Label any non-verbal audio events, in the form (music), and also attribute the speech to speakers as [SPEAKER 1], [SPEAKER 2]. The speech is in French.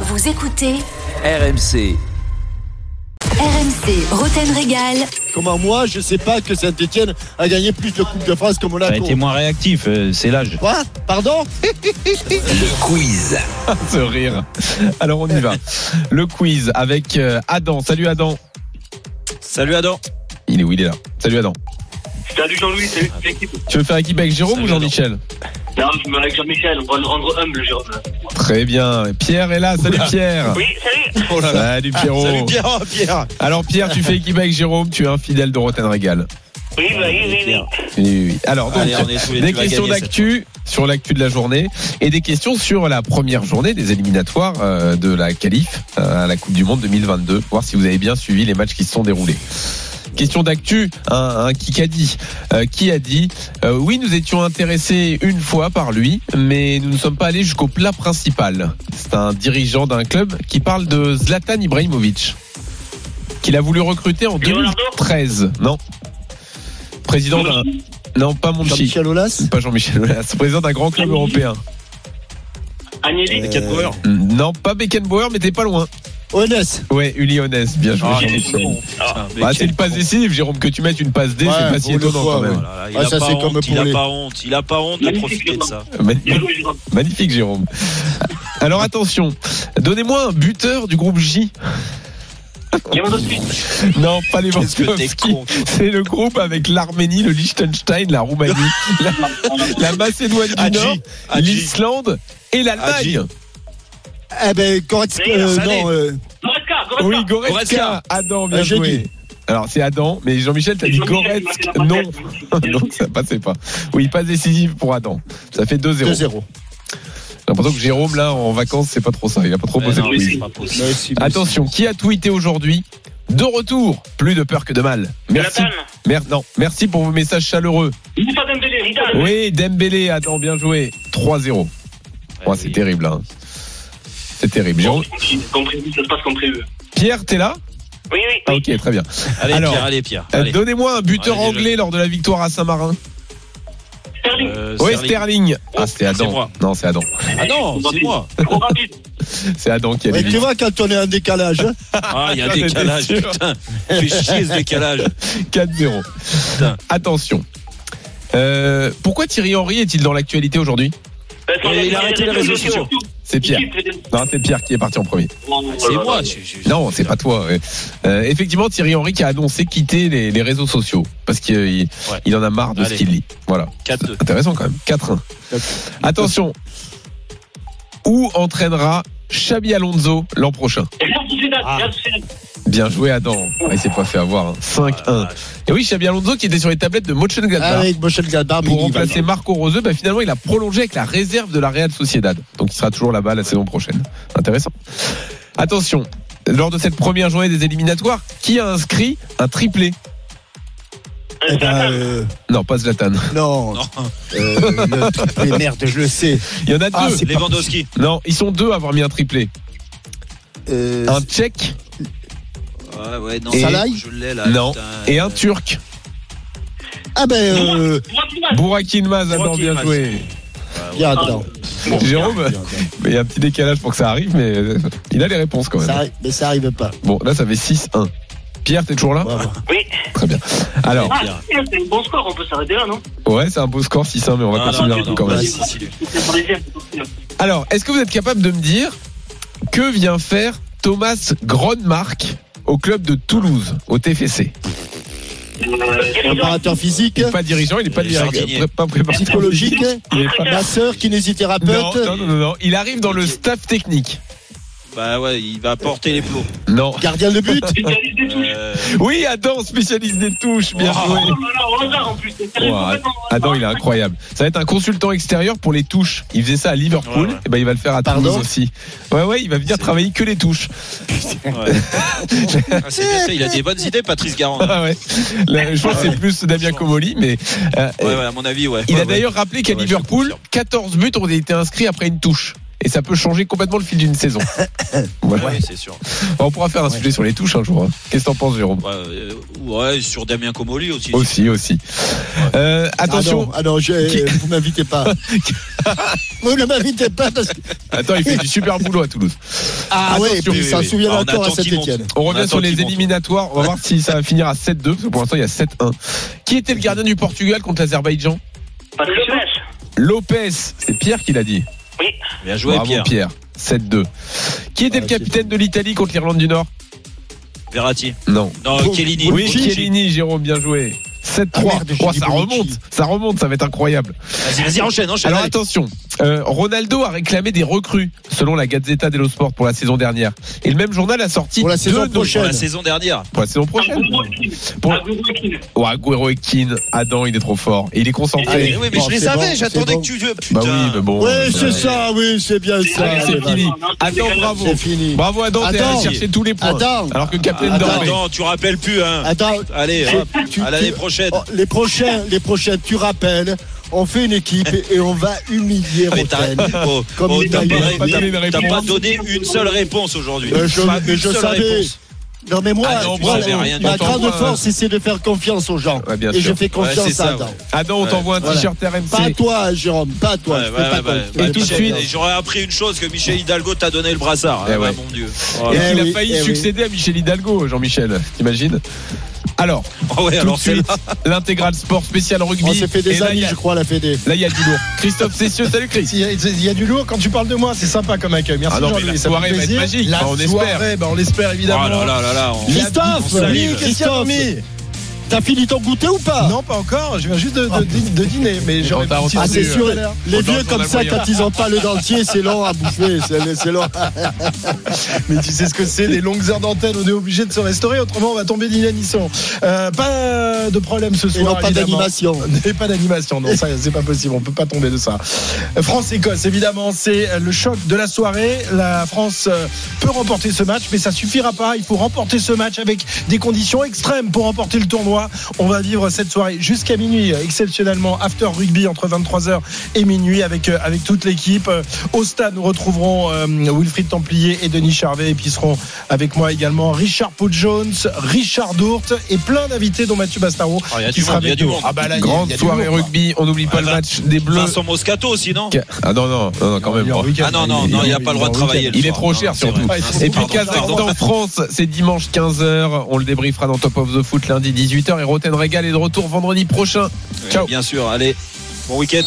[SPEAKER 1] Vous écoutez
[SPEAKER 2] RMC.
[SPEAKER 1] RMC Roten Régal.
[SPEAKER 3] Comment moi, je sais pas que Saint-Etienne a gagné plus de Coupe de France que
[SPEAKER 4] Ça a
[SPEAKER 3] Monaco.
[SPEAKER 4] été moins réactif, euh, c'est (laughs) l'âge.
[SPEAKER 3] Quoi Pardon
[SPEAKER 2] Le quiz.
[SPEAKER 4] Ce rire. Alors on y (laughs) va. Le quiz avec euh, Adam. Salut Adam.
[SPEAKER 5] Salut Adam.
[SPEAKER 4] Il est où il est là Salut Adam.
[SPEAKER 6] Salut Jean-Louis, salut toute l'équipe.
[SPEAKER 4] Tu veux faire équipe avec Jérôme
[SPEAKER 5] Salut,
[SPEAKER 4] ou Jean-Michel
[SPEAKER 6] Non, je me avec Jean-Michel, on va le rendre humble, Jérôme.
[SPEAKER 4] Très bien. Pierre
[SPEAKER 5] (laughs)
[SPEAKER 4] est là. Salut Pierre.
[SPEAKER 6] Oui, salut.
[SPEAKER 5] Oh là là.
[SPEAKER 4] Salut Pierrot.
[SPEAKER 5] Salut Pierre, oh, Pierre.
[SPEAKER 4] Alors Pierre, tu fais équipe avec Jérôme, tu es un fidèle de Rotten Régal.
[SPEAKER 6] Oui, bah, oui, oui, oui.
[SPEAKER 4] Oui, oui, oui. Alors donc,
[SPEAKER 5] Allez, on est tous les
[SPEAKER 4] des
[SPEAKER 5] deux à
[SPEAKER 4] questions
[SPEAKER 5] gagner cette
[SPEAKER 4] d'actu sur l'actu de la journée et des questions sur la première journée des éliminatoires euh, de la qualif euh, à la Coupe du Monde 2022. Voir si vous avez bien suivi les matchs qui se sont déroulés. Question d'actu, un, un qui a dit Euh, Qui a dit euh, Oui, nous étions intéressés une fois par lui, mais nous ne sommes pas allés jusqu'au plat principal. C'est un dirigeant d'un club qui parle de Zlatan Ibrahimovic, qu'il a voulu recruter en
[SPEAKER 6] Leonardo
[SPEAKER 4] 2013. Non. Président d'un. Non, pas Monchi.
[SPEAKER 3] Jean-Michel Aulas
[SPEAKER 4] Pas Jean-Michel Aulas, président d'un grand club européen.
[SPEAKER 6] Agnelli,
[SPEAKER 3] Euh,
[SPEAKER 5] Quatre joueurs.
[SPEAKER 4] Mm. Non, pas Beckenbauer, mais t'es pas loin.
[SPEAKER 3] Honest.
[SPEAKER 4] Ouais, Uli Honnes, bien joué.
[SPEAKER 5] Ah,
[SPEAKER 4] Jean-Michel.
[SPEAKER 5] il est bon.
[SPEAKER 6] Ah,
[SPEAKER 4] Bah, c'est une passe
[SPEAKER 5] décisive.
[SPEAKER 4] décisive, Jérôme, que tu mettes une passe D,
[SPEAKER 3] Ouais,
[SPEAKER 4] c'est pas si
[SPEAKER 3] pour le
[SPEAKER 4] étonnant
[SPEAKER 3] fois,
[SPEAKER 4] quand même.
[SPEAKER 5] Voilà, Oh il
[SPEAKER 3] Ah,
[SPEAKER 5] a
[SPEAKER 3] ça,
[SPEAKER 5] pas
[SPEAKER 3] c'est
[SPEAKER 5] honte,
[SPEAKER 3] comme pour
[SPEAKER 5] il a
[SPEAKER 3] les-
[SPEAKER 5] pas honte, il a pas honte de profiter de ça.
[SPEAKER 6] bien joué, Jérôme.
[SPEAKER 4] Magnifique, Jérôme. Alors attention, donnez-moi un buteur du groupe J.
[SPEAKER 6] Lewandowski.
[SPEAKER 4] Non, pas les
[SPEAKER 5] Qu'est-ce que t'es
[SPEAKER 4] Lewandowski.
[SPEAKER 5] con.
[SPEAKER 4] C'est le groupe avec l'Arménie, le Liechtenstein, la Roumanie, la, la Macédoine du
[SPEAKER 5] Hadji,
[SPEAKER 4] Nord,
[SPEAKER 5] Hadji.
[SPEAKER 4] l'Islande et
[SPEAKER 5] Hadji.
[SPEAKER 4] l'Allemagne.
[SPEAKER 3] Eh ben, Goretzka.
[SPEAKER 6] Mais,
[SPEAKER 3] euh,
[SPEAKER 5] Sané.
[SPEAKER 3] non, euh,
[SPEAKER 6] Goretzka, Goretzka.
[SPEAKER 4] Oui, Goretzka.
[SPEAKER 5] Goretzka.
[SPEAKER 4] Adam, bien
[SPEAKER 3] Ah, j'ai
[SPEAKER 4] joué.
[SPEAKER 3] dit.
[SPEAKER 4] Alors c'est Adam, mais Jean-Michel, t'as dit
[SPEAKER 6] Jean-Michel,
[SPEAKER 4] Goretzka.
[SPEAKER 6] il m'a fait
[SPEAKER 4] Non,
[SPEAKER 6] la
[SPEAKER 4] (laughs)
[SPEAKER 6] passe.
[SPEAKER 4] non, ça passait pas. Oui, passe décisive pour Adam. Ça fait 2-0. J'ai
[SPEAKER 3] 2-0.
[SPEAKER 4] l'impression que Jérôme, là, en vacances, c'est pas trop ça. Il a pas trop
[SPEAKER 5] Mais
[SPEAKER 4] posé
[SPEAKER 5] Euh, non,
[SPEAKER 4] le
[SPEAKER 5] mais
[SPEAKER 4] quiz.
[SPEAKER 5] c'est pas possible.
[SPEAKER 3] Merci,
[SPEAKER 4] Attention, qui a tweeté aujourd'hui De retour, plus de peur que de mal. Merci.
[SPEAKER 6] Jonathan.
[SPEAKER 4] Mer- non, merci pour vos messages chaleureux.
[SPEAKER 6] Moussa Dembélé, Vidal.
[SPEAKER 4] Oui, Dembélé, Adam, bien joué. 3-0. Ouais,
[SPEAKER 5] Ouais,
[SPEAKER 4] c'est
[SPEAKER 5] oui.
[SPEAKER 4] terrible, là. C'est terrible.
[SPEAKER 6] Bon,
[SPEAKER 4] Jérôme-
[SPEAKER 6] compris, compris, ça se passe comme prévu.
[SPEAKER 4] Pierre, t'es là
[SPEAKER 6] Oui, oui,
[SPEAKER 4] Ah,
[SPEAKER 6] oui.
[SPEAKER 4] ok, très bien.
[SPEAKER 5] Allez
[SPEAKER 4] Alors,
[SPEAKER 5] Pierre, allez Pierre.
[SPEAKER 4] Euh,
[SPEAKER 5] Allez.
[SPEAKER 4] Donnez-moi un buteur
[SPEAKER 5] Allez, déjà.
[SPEAKER 4] anglais lors de la victoire à Saint-Marin.
[SPEAKER 6] Sterling.
[SPEAKER 5] Euh,
[SPEAKER 4] Oui,
[SPEAKER 5] Sterling.
[SPEAKER 4] Sterling. Ah, c'était
[SPEAKER 5] C'est
[SPEAKER 4] Adam.
[SPEAKER 5] moi.
[SPEAKER 4] Non, c'est Adam.
[SPEAKER 5] Ah non, c'est moi.
[SPEAKER 6] Trop rapide.
[SPEAKER 4] C'est Adam qui a
[SPEAKER 3] Ouais,
[SPEAKER 4] dit.
[SPEAKER 3] tu vois, quand on est en décalage, hein,
[SPEAKER 5] Ah,
[SPEAKER 4] (laughs)
[SPEAKER 5] il y a un
[SPEAKER 4] J'en étais
[SPEAKER 5] décalage.
[SPEAKER 4] sûr.
[SPEAKER 5] Putain, fais chier ce décalage.
[SPEAKER 4] 4-0.
[SPEAKER 5] Putain.
[SPEAKER 4] Attention. Euh, pourquoi Thierry Henry est-il dans l'actualité aujourd'hui
[SPEAKER 6] Parce qu'on
[SPEAKER 5] Et
[SPEAKER 6] a-
[SPEAKER 5] il a arrêté les réseaux sociaux.
[SPEAKER 4] C'est Pierre. Non, c'est Pierre qui est parti en premier.
[SPEAKER 6] Oh
[SPEAKER 5] C'est moi. je- je-
[SPEAKER 4] Non, c'est pas toi. ouais. Euh, effectivement, Thierry Henry qui a annoncé quitter les, les réseaux sociaux parce qu'il il-
[SPEAKER 5] Ouais.
[SPEAKER 4] il en a marre de ce
[SPEAKER 5] Allez.
[SPEAKER 4] qu'il lit. Voilà.
[SPEAKER 5] 4-2.
[SPEAKER 4] Intéressant quand même. 4-1. Attention. Où entraînera Xabi Alonso l'an prochain
[SPEAKER 6] Real Sociedad,
[SPEAKER 5] Ah.
[SPEAKER 6] Real Sociedad.
[SPEAKER 4] Bien joué, Adam. Ah, il s'est pas fait avoir. hein. 5-1. Et oui, Xabi Alonso qui était sur les tablettes de Mönchengladbach.
[SPEAKER 3] avec Michel Gadbar,
[SPEAKER 4] bah. pour remplacer Marco Roseux, bah, finalement il a prolongé avec la réserve de la Real Sociedad. Donc il sera toujours là-bas la saison prochaine. Intéressant. Attention, lors de cette première journée des éliminatoires, qui a inscrit un triplé
[SPEAKER 3] Eh ben, euh,
[SPEAKER 4] Non, pas Zlatan.
[SPEAKER 3] non,
[SPEAKER 5] Non,
[SPEAKER 3] euh, le triplé, merde, je le sais.
[SPEAKER 4] Il y en a
[SPEAKER 3] Ah,
[SPEAKER 4] deux.
[SPEAKER 3] c'est-
[SPEAKER 5] Lewandowski.
[SPEAKER 4] Non, ils sont deux à avoir mis un triplé.
[SPEAKER 3] Euh,
[SPEAKER 4] Un tchèque
[SPEAKER 5] Ouais, ouais, non.
[SPEAKER 3] Et-
[SPEAKER 5] Salah Je l'ai là.
[SPEAKER 4] Non.
[SPEAKER 5] putain.
[SPEAKER 4] et un turc.
[SPEAKER 3] ah ben, euh,
[SPEAKER 6] Droite finale.
[SPEAKER 4] Burak Yilmaz, Adam,
[SPEAKER 5] Burak
[SPEAKER 4] bien
[SPEAKER 5] Yilmaz.
[SPEAKER 4] joué.
[SPEAKER 5] Ouais, ouais.
[SPEAKER 3] bien, attends.
[SPEAKER 4] Jérôme,
[SPEAKER 3] Bien, attends.
[SPEAKER 4] il y a un petit décalage pour que ça arrive, mais euh, il a les réponses quand
[SPEAKER 3] Ça
[SPEAKER 4] même.
[SPEAKER 3] arrive- mais ça arrive pas.
[SPEAKER 4] Bon, là ça fait 6-1. Pierre, t'es toujours là
[SPEAKER 3] Bravo.
[SPEAKER 4] Très bien. Alors,
[SPEAKER 6] Ah, c'est un bon score, on peut s'arrêter là, non
[SPEAKER 4] ouais, c'est un beau score 6-1, mais on
[SPEAKER 5] Ah,
[SPEAKER 4] va
[SPEAKER 5] Non,
[SPEAKER 4] continuer
[SPEAKER 5] non,
[SPEAKER 4] un
[SPEAKER 5] non,
[SPEAKER 4] peu quand
[SPEAKER 5] non,
[SPEAKER 4] même.
[SPEAKER 5] vas-y, continue.
[SPEAKER 6] C'est pour les airs, c'est pour les airs.
[SPEAKER 4] Alors, est-ce que vous êtes capable de me dire que vient faire Thomas Grandmark au club de Toulouse, au TFC
[SPEAKER 6] Euh,
[SPEAKER 3] Préparateur physique,
[SPEAKER 4] Il n'est pas dirigeant, il n'est pas,
[SPEAKER 5] Il est
[SPEAKER 4] direct-
[SPEAKER 5] jardinier.
[SPEAKER 4] pré- pas préparateur.
[SPEAKER 3] psychologique,
[SPEAKER 4] Il est pas-
[SPEAKER 3] masseur,
[SPEAKER 4] Non,
[SPEAKER 3] kinésithérapeute,
[SPEAKER 4] non, non, non, non. il arrive dans le staff technique.
[SPEAKER 5] Bah ouais, il va porter les plots.
[SPEAKER 4] Non.
[SPEAKER 3] gardien de
[SPEAKER 5] Ah
[SPEAKER 3] but.
[SPEAKER 6] spécialiste des touches.
[SPEAKER 5] Euh,
[SPEAKER 4] Oui, Adam, spécialiste des touches, bien
[SPEAKER 5] Oh.
[SPEAKER 4] joué.
[SPEAKER 6] Oh là là, au hasard en plus. c'est sérieux,
[SPEAKER 4] Wow,
[SPEAKER 6] complètement au
[SPEAKER 4] Adam,
[SPEAKER 6] hasard.
[SPEAKER 4] ah il est incroyable. Ça va être un consultant extérieur pour les touches. Il faisait ça à Liverpool,
[SPEAKER 5] Ouais, ouais.
[SPEAKER 4] et ben il va le faire à
[SPEAKER 3] Pardon
[SPEAKER 4] Toulouse aussi. Ouais, ouais, il va venir
[SPEAKER 5] C'est-
[SPEAKER 4] travailler que les touches. (laughs)
[SPEAKER 5] Ouais. Ah, c'est bien ça, il a des bonnes idées, Patrice Garand.
[SPEAKER 4] Ah ouais. Là, je pense que c'est plus Damien Comoli, mais euh,
[SPEAKER 5] Ouais, ouais, à mon avis, ouais.
[SPEAKER 4] Il
[SPEAKER 5] Ouais,
[SPEAKER 4] a
[SPEAKER 5] ouais.
[SPEAKER 4] d'ailleurs rappelé qu'à
[SPEAKER 5] Ouais, je
[SPEAKER 4] Liverpool,
[SPEAKER 5] confirme.
[SPEAKER 4] 14 buts ont été inscrits après une touche. et ça peut changer complètement le fil
[SPEAKER 5] (laughs)
[SPEAKER 4] d'une saison. Voilà.
[SPEAKER 5] Ouais, c'est sûr.
[SPEAKER 4] On pourra faire un sujet sur les touches un jour. hein. Qu'est-ce que t'en penses, Jérôme
[SPEAKER 5] Ouais, euh, ouais, sur Damien Comoli aussi.
[SPEAKER 4] Aussi, aussi. Euh, attention,
[SPEAKER 3] Ah non, ah non, j'ai- vous
[SPEAKER 5] (laughs)
[SPEAKER 3] m'invitez pas. vous ne m'invitez pas parce que.
[SPEAKER 4] attends, il fait du super boulot à Toulouse.
[SPEAKER 3] Ah ouais, et puis
[SPEAKER 5] oui,
[SPEAKER 3] ça
[SPEAKER 5] oui.
[SPEAKER 3] se souvient
[SPEAKER 5] Ah, on
[SPEAKER 3] encore à
[SPEAKER 5] attend qu'il monte.
[SPEAKER 3] Saint-Etienne.
[SPEAKER 4] On
[SPEAKER 5] On
[SPEAKER 4] revient
[SPEAKER 5] attend
[SPEAKER 4] sur les
[SPEAKER 5] qu'il monte.
[SPEAKER 4] éliminatoires. On va voir si ça va finir à 7-2, parce que pour l'instant, il y a 7-1. Qui était le gardien du Portugal contre l'Azerbaïdjan
[SPEAKER 6] Patrice Lopez.
[SPEAKER 4] Lopez. C'est Pierre qui l'a dit.
[SPEAKER 5] Bien joué,
[SPEAKER 4] Bravo,
[SPEAKER 5] Pierre.
[SPEAKER 4] Pierre. 7-2. Qui était
[SPEAKER 3] Ah,
[SPEAKER 4] le
[SPEAKER 3] c'est
[SPEAKER 4] capitaine de l'Italie contre l'Irlande du Nord
[SPEAKER 5] Verratti.
[SPEAKER 4] Non.
[SPEAKER 5] Non,
[SPEAKER 3] Bon,
[SPEAKER 5] Kellini.
[SPEAKER 4] Oui,
[SPEAKER 5] Bonucci.
[SPEAKER 4] Chiellini, Jérôme, bien joué. 7-3.
[SPEAKER 3] Ah merde, j'ai
[SPEAKER 4] Oh,
[SPEAKER 3] dit
[SPEAKER 4] ça
[SPEAKER 3] Bonucci.
[SPEAKER 4] remonte, ça remonte, ça va être incroyable.
[SPEAKER 5] Vas-y, vas-y, enchaîne, enchaîne.
[SPEAKER 4] Alors
[SPEAKER 5] Allez.
[SPEAKER 4] attention, euh, Ronaldo a réclamé des recrues selon la Gazzetta dello Sport pour la saison dernière. Et le même journal a sorti
[SPEAKER 3] Pour la
[SPEAKER 4] deux
[SPEAKER 3] saison
[SPEAKER 4] noms-
[SPEAKER 5] Pour
[SPEAKER 3] prochaine.
[SPEAKER 5] la saison dernière.
[SPEAKER 4] Pour la saison prochaine.
[SPEAKER 6] Agüero et Keane.
[SPEAKER 4] Pour-
[SPEAKER 6] Agüero et Keane.
[SPEAKER 4] Oh, Agüero et Keane, Adam, il est trop fort. Et il est
[SPEAKER 5] Ah,
[SPEAKER 4] concentré.
[SPEAKER 5] mais, oui, mais
[SPEAKER 3] Bon,
[SPEAKER 5] je les
[SPEAKER 3] c'est bon,
[SPEAKER 5] savais,
[SPEAKER 3] c'est
[SPEAKER 5] j'attendais
[SPEAKER 3] bon.
[SPEAKER 5] que tu. Putain.
[SPEAKER 4] Bah oui, mais bon.
[SPEAKER 3] Oui,
[SPEAKER 4] euh,
[SPEAKER 3] c'est ça, oui, c'est bien ça.
[SPEAKER 4] Allez, c'est
[SPEAKER 3] voilà.
[SPEAKER 4] fini.
[SPEAKER 6] non, non,
[SPEAKER 4] Adam,
[SPEAKER 6] c'est
[SPEAKER 4] bravo.
[SPEAKER 3] C'est fini.
[SPEAKER 4] Bravo Adam, t'es
[SPEAKER 3] Adam.
[SPEAKER 4] allé chercher tous les points.
[SPEAKER 3] Adam.
[SPEAKER 4] Alors que Captain
[SPEAKER 5] Attends,
[SPEAKER 4] dormait.
[SPEAKER 5] attends, tu rappelles plus, hein.
[SPEAKER 3] Attends,
[SPEAKER 5] Allez,
[SPEAKER 3] tu-
[SPEAKER 5] hop,
[SPEAKER 3] tu-
[SPEAKER 5] à l'année
[SPEAKER 3] tu-
[SPEAKER 5] prochaine.
[SPEAKER 3] oh, les prochains, les prochains, tu rappelles, on fait une
[SPEAKER 5] (laughs)
[SPEAKER 3] équipe et on va humilier
[SPEAKER 5] Mais t'as-
[SPEAKER 3] Rotten.
[SPEAKER 5] (laughs) oh,
[SPEAKER 3] Comme
[SPEAKER 5] oh,
[SPEAKER 3] les
[SPEAKER 5] t'as
[SPEAKER 3] Italiens,
[SPEAKER 5] pas-
[SPEAKER 4] pas donné de
[SPEAKER 5] t'as- t'as
[SPEAKER 4] réponse.
[SPEAKER 5] pas donné une seule réponse aujourd'hui.
[SPEAKER 3] Euh, je-
[SPEAKER 5] Pas
[SPEAKER 3] mais
[SPEAKER 5] une
[SPEAKER 3] je
[SPEAKER 5] seule
[SPEAKER 3] savais.
[SPEAKER 5] réponse.
[SPEAKER 3] Non mais moi,
[SPEAKER 5] Ah non,
[SPEAKER 3] tu
[SPEAKER 5] moi,
[SPEAKER 3] vois,
[SPEAKER 5] j'avais rien
[SPEAKER 3] ma
[SPEAKER 4] du tout.
[SPEAKER 3] grande
[SPEAKER 4] Moi,
[SPEAKER 3] force, c'est de faire confiance aux gens.
[SPEAKER 4] Ouais, bien
[SPEAKER 3] et
[SPEAKER 4] sûr.
[SPEAKER 3] je fais
[SPEAKER 5] Ouais,
[SPEAKER 3] confiance
[SPEAKER 5] c'est
[SPEAKER 3] à
[SPEAKER 5] ça,
[SPEAKER 3] Adam.
[SPEAKER 5] ouais.
[SPEAKER 4] Adam, on
[SPEAKER 5] Ouais.
[SPEAKER 4] t'envoie un
[SPEAKER 3] Voilà.
[SPEAKER 4] t-shirt
[SPEAKER 3] Pas à
[SPEAKER 4] RMC.
[SPEAKER 3] toi, Jérôme, pas à toi.
[SPEAKER 5] Ouais,
[SPEAKER 3] je peux
[SPEAKER 5] ouais,
[SPEAKER 3] pas
[SPEAKER 5] ouais, ouais.
[SPEAKER 3] t'en- je peux
[SPEAKER 5] Et tout
[SPEAKER 3] pas
[SPEAKER 5] de
[SPEAKER 3] t'en-
[SPEAKER 5] suite, j'aurais appris une chose que Michel Hidalgo t'a donné le brassard.
[SPEAKER 4] Eh
[SPEAKER 5] Ah bah,
[SPEAKER 4] ouais.
[SPEAKER 5] mon Dieu.
[SPEAKER 4] Et
[SPEAKER 5] Voilà.
[SPEAKER 3] Eh
[SPEAKER 4] qu'il
[SPEAKER 3] oui,
[SPEAKER 4] a failli
[SPEAKER 3] eh
[SPEAKER 4] succéder à Michel Hidalgo, Jean-Michel, t'imagines Alors,
[SPEAKER 5] Ah ouais,
[SPEAKER 4] tout de
[SPEAKER 5] alors c'est
[SPEAKER 4] suite, l'intégrale sport spécial rugby.
[SPEAKER 7] Oh,
[SPEAKER 3] On s'est fait
[SPEAKER 4] Et
[SPEAKER 3] des
[SPEAKER 4] là, il
[SPEAKER 3] amis,
[SPEAKER 4] y a-
[SPEAKER 3] je crois, à la Fédé.
[SPEAKER 4] Là, il y a du lourd. Christophe Cessieux, salut Chris.
[SPEAKER 7] Il y, a, il y a du lourd quand tu parles de moi, c'est sympa comme accueil. Merci
[SPEAKER 4] Ah non, mais
[SPEAKER 7] Jean-Louis,
[SPEAKER 4] la
[SPEAKER 7] ça fait
[SPEAKER 4] soirée va être
[SPEAKER 7] plaisir.
[SPEAKER 4] magique,
[SPEAKER 7] La
[SPEAKER 4] bah, on
[SPEAKER 7] soirée,
[SPEAKER 4] espère.
[SPEAKER 7] bah, on l'espère évidemment.
[SPEAKER 5] Oh là là là là. on-
[SPEAKER 3] Christophe,
[SPEAKER 5] on salive.
[SPEAKER 7] Oui, Christian
[SPEAKER 3] Christophe,
[SPEAKER 7] Dormi.
[SPEAKER 3] t'as fini ton goûter ou pas
[SPEAKER 7] Non, pas encore, je viens juste de, de- de- de dîner, mais j'aurais
[SPEAKER 4] t'a
[SPEAKER 7] pu
[SPEAKER 4] rendu
[SPEAKER 7] tirer
[SPEAKER 3] Ah, c'est
[SPEAKER 7] tout
[SPEAKER 3] sûr,
[SPEAKER 7] à l'heure.
[SPEAKER 3] les
[SPEAKER 4] On
[SPEAKER 3] vieux
[SPEAKER 4] dort dans
[SPEAKER 3] comme
[SPEAKER 4] la
[SPEAKER 3] ça,
[SPEAKER 4] moyenne.
[SPEAKER 3] quand ils n'ont pas le dentier, c'est long à bouffer. C'est c'est long.
[SPEAKER 7] Mais tu sais ce que c'est, des longues heures d'antenne, on est obligé de se restaurer, autrement on va tomber d'inanition. Euh, pas de problème ce
[SPEAKER 3] Et non,
[SPEAKER 7] soir.
[SPEAKER 3] pas
[SPEAKER 7] évidemment.
[SPEAKER 3] d'animation.
[SPEAKER 7] Et pas d'animation, non, ça c'est pas possible, on peut pas tomber de ça. France-Écosse, évidemment, c'est le choc de la soirée. La France euh, peut remporter ce match, mais ça suffira pas. Il faut remporter ce match avec des conditions extrêmes pour remporter le tournoi. On va vivre cette soirée jusqu'à minuit, euh, exceptionnellement, after rugby entre 23h et minuit avec, euh, avec toute l'équipe. Euh, Au stade, nous retrouverons euh, Wilfried Templier et Denis Charvet, et puis seront avec moi également Richard Pout Jones, Richard Dourte et plein d'invités, dont Mathieu Bastaro.
[SPEAKER 5] Ah, il y a
[SPEAKER 7] qui
[SPEAKER 5] du
[SPEAKER 7] sera
[SPEAKER 5] monde, il y a
[SPEAKER 7] avec
[SPEAKER 5] du
[SPEAKER 7] nous.
[SPEAKER 5] monde.
[SPEAKER 7] Ah bah là, il y a- il
[SPEAKER 4] Grande
[SPEAKER 7] y a du
[SPEAKER 4] soirée
[SPEAKER 7] lourd, quoi.
[SPEAKER 4] rugby, on n'oublie pas
[SPEAKER 5] Ah,
[SPEAKER 4] le
[SPEAKER 5] Vin-
[SPEAKER 4] match des Bleus.
[SPEAKER 5] Vincent Moscato, sinon.
[SPEAKER 4] Ah non, non, non, non, quand même.
[SPEAKER 7] Il est en
[SPEAKER 4] pas.
[SPEAKER 7] week-end.
[SPEAKER 5] Ah non, non,
[SPEAKER 7] Il est-
[SPEAKER 5] non, il n'a pas le droit de
[SPEAKER 7] il est en
[SPEAKER 5] travailler. le
[SPEAKER 4] Il est
[SPEAKER 5] soir.
[SPEAKER 4] trop
[SPEAKER 5] Non,
[SPEAKER 4] cher
[SPEAKER 5] c'est vrai.
[SPEAKER 4] surtout.
[SPEAKER 5] Ah, c'est
[SPEAKER 4] Et puis
[SPEAKER 5] pardon, pardon.
[SPEAKER 4] Kazakhstan-France, c'est dimanche 15h. On le débriefera dans Top of the Foot lundi 18h. Et Roten Régal est de retour vendredi prochain.
[SPEAKER 5] Oui,
[SPEAKER 4] Ciao.
[SPEAKER 5] Bien sûr, allez. Bon week-end.